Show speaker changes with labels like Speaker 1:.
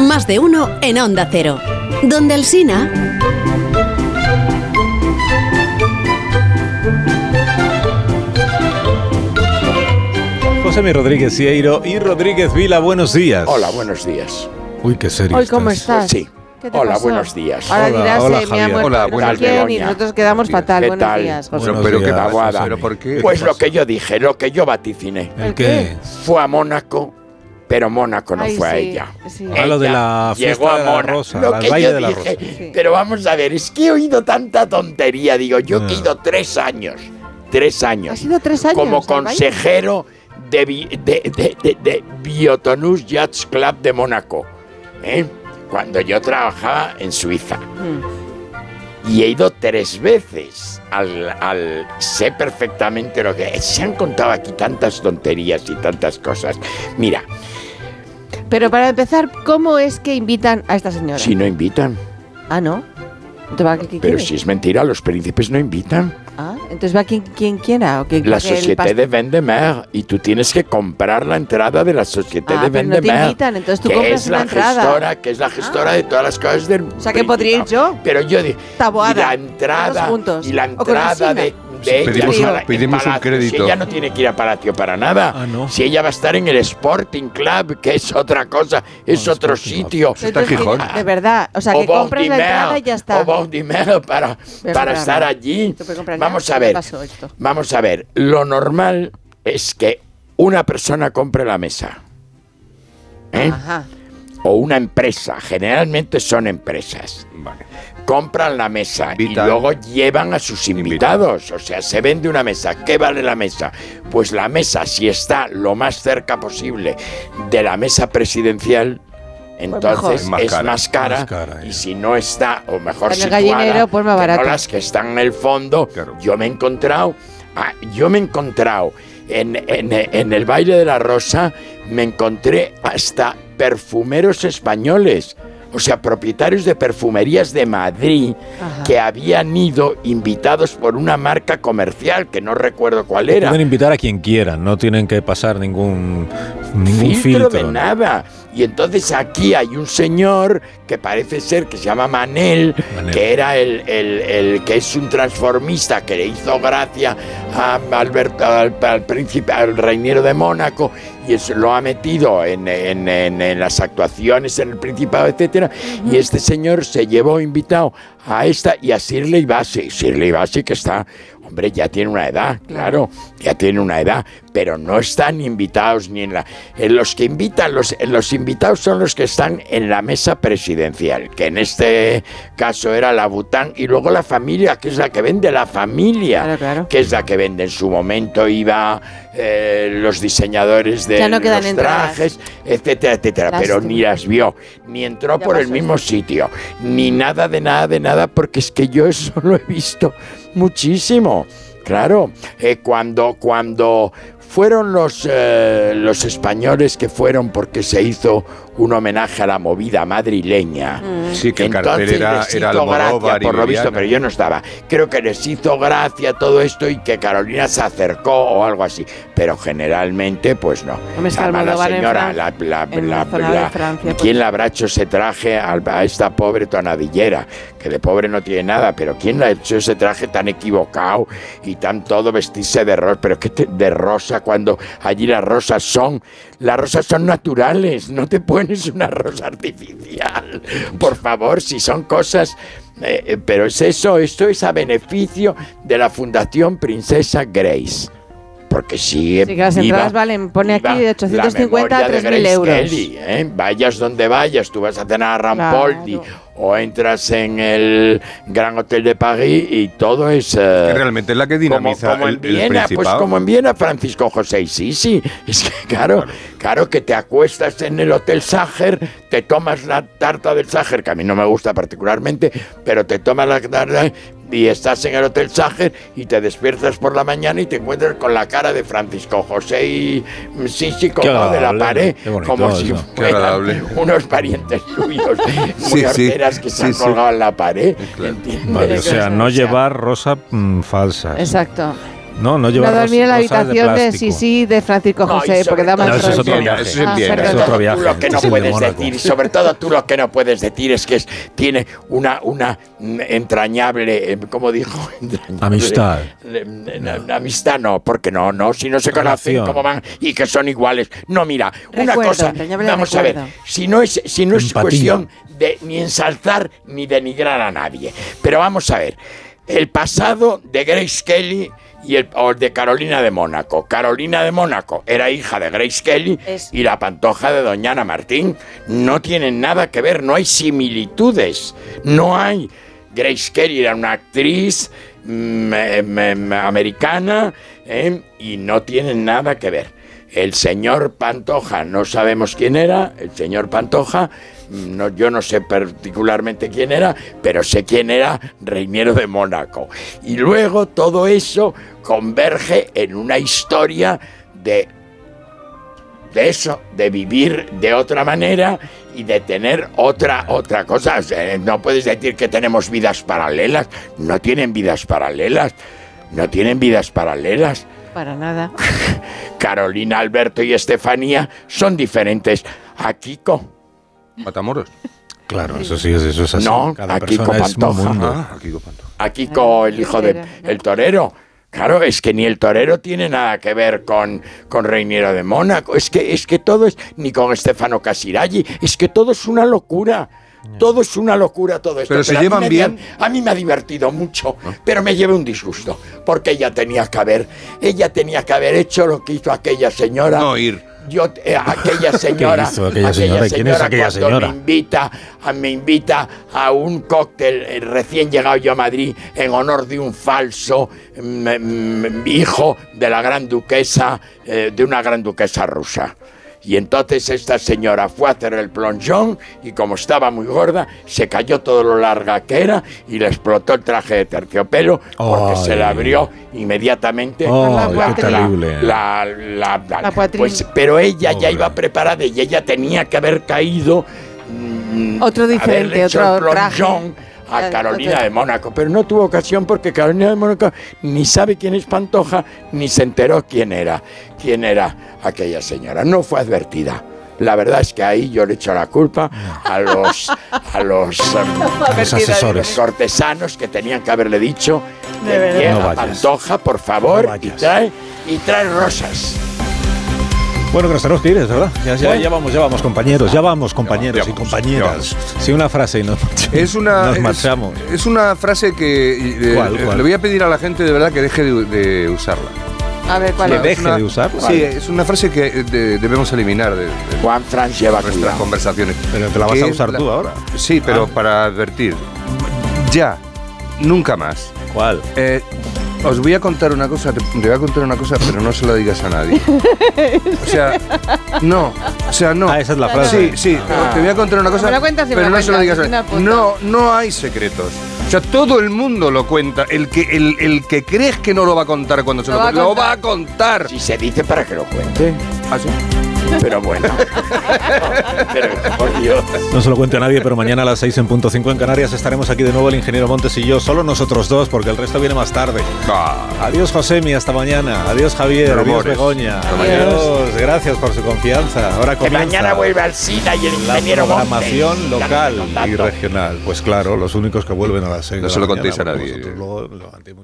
Speaker 1: más de uno en Onda Cero. Donde Alsina.
Speaker 2: José M. Rodríguez Cieiro y Rodríguez Vila, buenos días.
Speaker 3: Hola, buenos días.
Speaker 2: Uy, qué serio.
Speaker 4: Hoy, ¿cómo
Speaker 2: estás.
Speaker 4: estás?
Speaker 3: Sí.
Speaker 4: ¿Qué te
Speaker 3: Hola,
Speaker 4: pasó?
Speaker 3: buenos días.
Speaker 4: Ahora
Speaker 2: Hola,
Speaker 4: dirás,
Speaker 2: hola,
Speaker 4: eh, me ha
Speaker 2: Javier.
Speaker 4: muerto
Speaker 5: Hola,
Speaker 4: no sé
Speaker 5: buenas,
Speaker 4: quién, y
Speaker 5: Begoña.
Speaker 4: nosotros quedamos
Speaker 3: ¿Qué
Speaker 4: fatal.
Speaker 3: tal?
Speaker 4: buenos días.
Speaker 2: Buenos
Speaker 4: José.
Speaker 5: Pero, pero
Speaker 2: días,
Speaker 5: ¿qué
Speaker 3: Aguada.
Speaker 5: pasa? ¿Pero por qué?
Speaker 3: Pues
Speaker 2: ¿Qué
Speaker 3: lo
Speaker 2: pasó?
Speaker 3: que yo dije, lo que yo vaticiné,
Speaker 2: ¿El
Speaker 4: ¿El
Speaker 2: qué?
Speaker 4: qué?
Speaker 3: fue a Mónaco, pero Mónaco pues no
Speaker 4: Ay,
Speaker 3: fue a
Speaker 4: sí,
Speaker 3: ella.
Speaker 4: sí.
Speaker 2: Ah, lo de la
Speaker 3: Ella
Speaker 2: fiesta de la
Speaker 3: Mónaco.
Speaker 2: rosa,
Speaker 3: Lo
Speaker 2: al
Speaker 3: que
Speaker 2: baile
Speaker 3: yo
Speaker 2: de la
Speaker 3: dije,
Speaker 2: rosa.
Speaker 4: Sí.
Speaker 3: Pero vamos a ver, es que he oído tanta tontería. Digo, yo
Speaker 2: Ah.
Speaker 3: que he ido tres años, tres años,
Speaker 4: Ha sido tres años.
Speaker 3: como
Speaker 4: al baile.
Speaker 3: consejero de, bi- de- de- de- de Biotonus Yachts Club de Mónaco, ¿eh? cuando yo trabajaba en Suiza.
Speaker 4: Mm.
Speaker 3: Y he ido tres veces al, al- Sé perfectamente lo que... Se han contado aquí tantas tonterías y tantas cosas. Mira,
Speaker 4: Pero para empezar, ¿cómo es que invitan a esta señora?
Speaker 3: si no invitan,
Speaker 4: Ah, no. Entonces va quien
Speaker 3: pero
Speaker 4: quiere.
Speaker 3: si es mentira, los príncipes no invitan.
Speaker 4: Ah, entonces va quien, quien quiera. O quien,
Speaker 3: La
Speaker 4: porque el
Speaker 3: Société
Speaker 4: pas-
Speaker 3: de Vendemer y tú tienes que comprar la entrada de la Société
Speaker 4: Ah,
Speaker 3: de
Speaker 4: pero no te
Speaker 3: Vendemer.
Speaker 4: invitan, entonces tú
Speaker 3: que
Speaker 4: compras
Speaker 3: es la
Speaker 4: una entrada.
Speaker 3: gestora, que es la gestora de todas las cosas del
Speaker 4: sea, que podría ir
Speaker 3: Principado.
Speaker 4: yo.
Speaker 3: Pero yo digo,
Speaker 4: Taboada.
Speaker 3: y la
Speaker 4: Todos
Speaker 3: entrada
Speaker 4: juntos.
Speaker 3: y la
Speaker 4: O con
Speaker 3: entrada
Speaker 4: Alsina.
Speaker 3: de,
Speaker 5: Sí,
Speaker 3: de
Speaker 5: pedimos
Speaker 3: ella
Speaker 4: un-
Speaker 3: para- en
Speaker 5: pedimos un
Speaker 3: Palacio.
Speaker 5: crédito.
Speaker 3: Si ella no tiene que ir a Palacio para nada.
Speaker 2: Ah, no.
Speaker 3: Si ella va a estar en el Sporting Club, que es otra cosa, es
Speaker 2: Ah,
Speaker 3: otro
Speaker 2: Sporting Club.
Speaker 3: sitio.
Speaker 5: Está en
Speaker 4: Entonces,
Speaker 5: Gijón.
Speaker 4: que- De verdad. O sea, que
Speaker 3: Bord
Speaker 4: compras la
Speaker 3: Mer,
Speaker 4: entrada y ya está.
Speaker 3: O Bord de Mer para,
Speaker 4: Voy a
Speaker 3: para
Speaker 4: comprarla.
Speaker 3: estar allí.
Speaker 4: Yo voy a comprarla.
Speaker 3: Vamos a
Speaker 4: Me
Speaker 3: ver.
Speaker 4: pasó esto.
Speaker 3: Vamos a ver. Lo normal es que una persona compre la mesa. ¿eh?
Speaker 4: Ajá.
Speaker 3: O una empresa. Generalmente son empresas.
Speaker 5: Vale.
Speaker 3: Compran la mesa
Speaker 5: Invitan.
Speaker 3: y luego llevan a sus invitados. O sea, se vende una mesa. ¿Qué vale la mesa? Pues la mesa, si está lo más cerca posible de la mesa presidencial.
Speaker 4: Pues mejor.
Speaker 3: Entonces
Speaker 5: Es más
Speaker 3: es
Speaker 5: cara.
Speaker 3: más cara,
Speaker 2: Más cara,
Speaker 3: y
Speaker 2: ya.
Speaker 3: si no está, o mejor
Speaker 4: En el
Speaker 3: situada,
Speaker 4: gallinero, pues, más
Speaker 3: que no
Speaker 4: barato.
Speaker 3: las que están en el fondo,
Speaker 5: Claro.
Speaker 3: yo me he encontrado, ah, yo me he encontrado en, en- en el baile de la rosa, me encontré hasta perfumeros españoles, o sea, propietarios de perfumerías de Madrid
Speaker 4: Ajá.
Speaker 3: que habían ido invitados por una marca comercial que no recuerdo cuál era.
Speaker 2: Pueden invitar a quien quieran, no tienen que pasar ningún, ningún
Speaker 3: filtro,
Speaker 2: filtro.
Speaker 3: de nada. Y entonces aquí hay un señor que parece ser que se llama Manel,
Speaker 2: Manel.
Speaker 3: que era el, el- el que es un transformista que le hizo gracia a Alberto, al, al príncipe, al reiniero de Mónaco, y eso lo ha metido en, en- en- en las actuaciones en el Principado, etcétera. Y este señor se llevó invitado a esta y a Shirley Bassey. Shirley Bassey que está. Hombre, ya tiene una edad, claro, ya tiene una edad, pero no están invitados ni en la... en los que invitan, los, en los invitados son los que están en la mesa presidencial, que en este caso era la Bután, y luego la familia, que es la que vende, la familia,
Speaker 4: Claro, claro.
Speaker 3: que es la que vende en su momento, iba eh, los diseñadores de
Speaker 4: Ya no quedan
Speaker 3: los
Speaker 4: entradas.
Speaker 3: trajes, etcétera, etcétera, pero
Speaker 4: Lástima.
Speaker 3: ni las vio, ni entró
Speaker 4: Ya
Speaker 3: por el
Speaker 4: pasó
Speaker 3: mismo sitio, ni nada de nada de nada, porque es que yo eso lo he visto muchísimo. Claro, eh, cuando, cuando fueron los, eh, los españoles que fueron porque se hizo un homenaje a la movida madrileña.
Speaker 4: Mm.
Speaker 5: Sí, que el cartel
Speaker 3: Entonces
Speaker 5: era,
Speaker 3: les
Speaker 5: era
Speaker 3: hizo gracia,
Speaker 5: Almodóvar y
Speaker 3: por lo visto,
Speaker 5: Viviana.
Speaker 3: pero yo no estaba. Creo que les hizo gracia todo esto y que Carolina se acercó o algo así. Pero generalmente, pues no.
Speaker 4: Hombre, es que
Speaker 3: Además, la
Speaker 4: Almodóvar en
Speaker 3: señora,
Speaker 4: Fran-
Speaker 3: la, la-
Speaker 4: en
Speaker 3: la-
Speaker 4: la zona de
Speaker 3: la-
Speaker 4: Francia, pues.
Speaker 3: ¿quién le habrá hecho ese traje al- a, esta pobre tonadillera? Que de pobre no tiene nada, pero ¿quién le ha hecho ese traje tan equivocado y tan todo vestirse de rosa? Pero que de rosa cuando allí las rosas son, las rosas son naturales, no te pones una rosa artificial. Por favor, si son cosas... eh, eh, pero es eso, esto es a beneficio de la Fundación Princesa Grace. Porque sigue
Speaker 4: Sí, que las
Speaker 3: viva-
Speaker 4: entradas valen, pone aquí,
Speaker 3: viva
Speaker 4: de
Speaker 3: la
Speaker 4: 850
Speaker 3: memoria
Speaker 4: a
Speaker 3: de
Speaker 4: 3.000
Speaker 3: Grace
Speaker 4: euros.
Speaker 3: Kelly, ¿eh? Vayas donde vayas, tú vas a cenar a Rampoldi
Speaker 4: Claro.
Speaker 3: o entras en el Gran Hotel de París y todo es... eh,
Speaker 5: Que realmente es la que
Speaker 3: como,
Speaker 5: dinamiza
Speaker 3: como
Speaker 5: el,
Speaker 3: en
Speaker 5: el
Speaker 3: Viena, pues
Speaker 5: Principado.
Speaker 3: como en Viena, Francisco José y sí, sí. Es que claro, claro que te acuestas en el Hotel Sacher, te tomas la tarta del Sacher, que a mí no me gusta particularmente, pero te tomas la tarta y estás en el Hotel Sacher y te despiertas por la mañana y te encuentras con la cara de Francisco José y mm, Sisi colgado de la
Speaker 2: agradable,
Speaker 3: pared,
Speaker 2: qué bonito
Speaker 3: como si
Speaker 2: eso.
Speaker 5: Qué
Speaker 3: fueran
Speaker 5: agradable.
Speaker 3: unos parientes tuyos, muy
Speaker 5: Sí, sí,
Speaker 3: horteras que se
Speaker 5: sí,
Speaker 3: han
Speaker 5: sí.
Speaker 3: colgado en la pared.
Speaker 5: Claro.
Speaker 3: ¿entiendes?
Speaker 2: Vale, o sea, no
Speaker 3: O sea,
Speaker 2: llevar rosa mm, falsa.
Speaker 4: Exacto.
Speaker 2: No, no
Speaker 4: No
Speaker 2: llevar
Speaker 4: dormir en la
Speaker 2: cosas
Speaker 4: habitación de,
Speaker 2: plástico.
Speaker 4: Sisi de Francisco
Speaker 3: No, y
Speaker 4: José,
Speaker 3: sobre
Speaker 4: porque da
Speaker 3: todo-
Speaker 4: más
Speaker 2: No, eso es
Speaker 4: rollo.
Speaker 2: otro
Speaker 5: viaje, eso es en
Speaker 4: Ah,
Speaker 5: Viena.
Speaker 2: Es
Speaker 4: perdón.
Speaker 2: otro viaje.
Speaker 3: Tú lo que
Speaker 2: es
Speaker 3: no
Speaker 2: el de
Speaker 3: puedes
Speaker 2: Mónaco.
Speaker 3: decir, y sobre todo tú lo que no puedes decir es que es- tiene una, una mm, entrañable, eh, ¿cómo dijo? Entrañable-
Speaker 2: Amistad.
Speaker 3: Le- mm, na- na- Amistad no, porque no, no, si no se conocen
Speaker 2: Relación.
Speaker 3: como van y que son iguales. No, mira, una
Speaker 4: Recuerdo,
Speaker 3: cosa,
Speaker 4: entrañable
Speaker 3: vamos a ver,
Speaker 4: recuerdo.
Speaker 3: si no es, si no es
Speaker 2: Empatía.
Speaker 3: cuestión de ni ensalzar ni denigrar a nadie, pero vamos a ver, el pasado de Grace Kelly y el, o de Carolina de Mónaco. Carolina de Mónaco era hija de Grace Kelly
Speaker 4: Es-
Speaker 3: y la pantoja de Doña Ana Martín no tienen nada que ver, no hay similitudes, no hay. Grace Kelly era una actriz mm, em, em, americana em, y no tienen nada que ver. El señor Pantoja, no sabemos quién era, el señor Pantoja, mm, no, yo no sé particularmente quién era, pero sé quién era Reiniero de Mónaco. Y luego todo eso converge en una historia de de eso, de vivir de otra manera y de tener otra otra cosa. O sea, no puedes decir que tenemos vidas paralelas. No tienen vidas paralelas. No tienen vidas paralelas.
Speaker 4: Para nada.
Speaker 3: Carolina, Alberto y Estefanía son diferentes a Kiko.
Speaker 5: Matamoros.
Speaker 2: Claro, eso sí, es- eso es así.
Speaker 3: No,
Speaker 2: Cada
Speaker 3: aquí
Speaker 2: persona es un
Speaker 3: Copantoja.
Speaker 2: mundo.
Speaker 5: Ah, aquí lo panto.
Speaker 3: A Kiko, el hijo de el torero. Claro, es que ni el torero tiene nada que ver con, con Reiniero de Mónaco. Es que, es que todo es, ni con Estefano Casiraghi, es que todo es una locura. Todo es una locura, todo esto.
Speaker 5: Pero se
Speaker 3: a mí
Speaker 5: llevan
Speaker 3: me-
Speaker 5: bien. Ah.
Speaker 3: A mí me ha divertido mucho, pero me llevé un disgusto, porque ella tenía que haber, ella tenía que haber hecho lo que hizo aquella señora.
Speaker 5: No ir.
Speaker 3: Yo, eh, aquella señora,
Speaker 2: hizo aquella señora? ¿Quién es aquella
Speaker 3: cuando
Speaker 2: señora?
Speaker 3: Me invita, a- me invita a un cóctel eh, recién llegado yo a Madrid en honor de un falso mm, mm, hijo de la gran duquesa, eh, de una gran duquesa rusa. Y entonces esta señora fue a hacer el plonjón y como estaba muy gorda, se cayó todo lo larga que era y le explotó el traje de terciopelo porque
Speaker 2: Ay.
Speaker 3: se le abrió inmediatamente
Speaker 2: Ay,
Speaker 4: qué
Speaker 2: terrible.
Speaker 3: la- la- la-
Speaker 4: La cuatril.
Speaker 3: pues, pero ella ya
Speaker 2: Pobre.
Speaker 3: iba preparada y ella tenía que haber caído. mm,
Speaker 4: Otro
Speaker 3: haberle
Speaker 4: diferente,
Speaker 3: hecho
Speaker 4: otro
Speaker 3: el
Speaker 4: traje.
Speaker 3: plongeón A
Speaker 4: Ah,
Speaker 3: Carolina
Speaker 4: otro-
Speaker 3: de Mónaco, pero no tuvo ocasión porque Carolina de Mónaco ni sabe quién es Pantoja ni se enteró quién era, quién era aquella señora. No fue advertida. La verdad es que ahí yo le echo la culpa a los a los em,
Speaker 2: Los asesores.
Speaker 3: cortesanos que tenían que haberle dicho
Speaker 4: De
Speaker 3: que
Speaker 4: verdad.
Speaker 3: llega
Speaker 2: No vayas.
Speaker 3: Pantoja, por favor,
Speaker 2: No
Speaker 3: y
Speaker 2: vayas.
Speaker 3: trae y trae rosas.
Speaker 2: Bueno, que nos tenemos que ir, es ¿verdad? Ya, ya,
Speaker 3: Bueno.
Speaker 2: ya vamos, ya vamos, compañeros, ya vamos, compañeros
Speaker 5: Ah. ya
Speaker 2: y
Speaker 5: vamos,
Speaker 2: compañeras. Sí, una frase y nos
Speaker 5: Es una,
Speaker 2: Nos
Speaker 5: es-
Speaker 2: marchamos.
Speaker 5: Es, una frase que eh,
Speaker 2: ¿Cuál, cuál?
Speaker 5: le voy a pedir a la gente de verdad que deje de, de usarla.
Speaker 4: A ver, ¿cuál
Speaker 2: Que
Speaker 5: Es
Speaker 4: es?
Speaker 2: deje de usarla.
Speaker 5: Sí, es una frase que eh, de- debemos eliminar de, de
Speaker 3: Juan Franz lleva
Speaker 5: nuestras
Speaker 3: cuidado.
Speaker 5: conversaciones.
Speaker 2: Pero te la vas
Speaker 5: Que
Speaker 2: a
Speaker 5: es
Speaker 2: usar tú ahora. Ah.
Speaker 5: Sí, pero para advertir. Ya, nunca más.
Speaker 2: ¿Cuál?
Speaker 5: Eh, os voy a contar una cosa, te, te voy a contar una cosa, pero no se la digas a nadie. O sea, no, o sea, no.
Speaker 2: Ah, esa es la
Speaker 5: Sí,
Speaker 2: frase.
Speaker 5: sí,
Speaker 3: Ah.
Speaker 5: te voy a contar una cosa,
Speaker 4: Me la cuentas y me
Speaker 5: pero
Speaker 4: la
Speaker 5: no se la digas
Speaker 4: cuentas,
Speaker 5: a
Speaker 4: es
Speaker 5: nadie.
Speaker 4: una
Speaker 5: No, no hay secretos. O sea, todo el mundo lo cuenta. El que, el, el que crees que no lo va a contar cuando se
Speaker 4: Lo
Speaker 5: lo,
Speaker 4: va a
Speaker 5: cuente, lo
Speaker 4: contar.
Speaker 5: va a contar.
Speaker 3: Si se dice para que lo cuente,
Speaker 5: Ah, sí.
Speaker 3: pero bueno. pero por Dios.
Speaker 2: No se lo cuente a nadie, pero mañana a las 6 en punto 5 en Canarias estaremos aquí de nuevo el ingeniero Montes y yo, solo nosotros dos, porque el resto viene más tarde.
Speaker 5: Ah.
Speaker 2: Adiós Josemi, hasta mañana. Adiós Javier,
Speaker 5: No
Speaker 2: adiós
Speaker 5: rumores.
Speaker 2: Begoña.
Speaker 5: Hasta
Speaker 4: mañana.
Speaker 2: Adiós, gracias por su confianza. Ahora
Speaker 3: Que
Speaker 2: comienza
Speaker 3: mañana vuelve al SIDA y el
Speaker 2: la
Speaker 3: ingeniero
Speaker 2: programación
Speaker 3: Montes.
Speaker 2: local
Speaker 3: Dame
Speaker 2: y
Speaker 3: contacto.
Speaker 2: regional. Pues claro, los únicos que vuelven a las 6
Speaker 5: No se lo contéis a nadie.
Speaker 2: Luego, lo levanté muchísimo.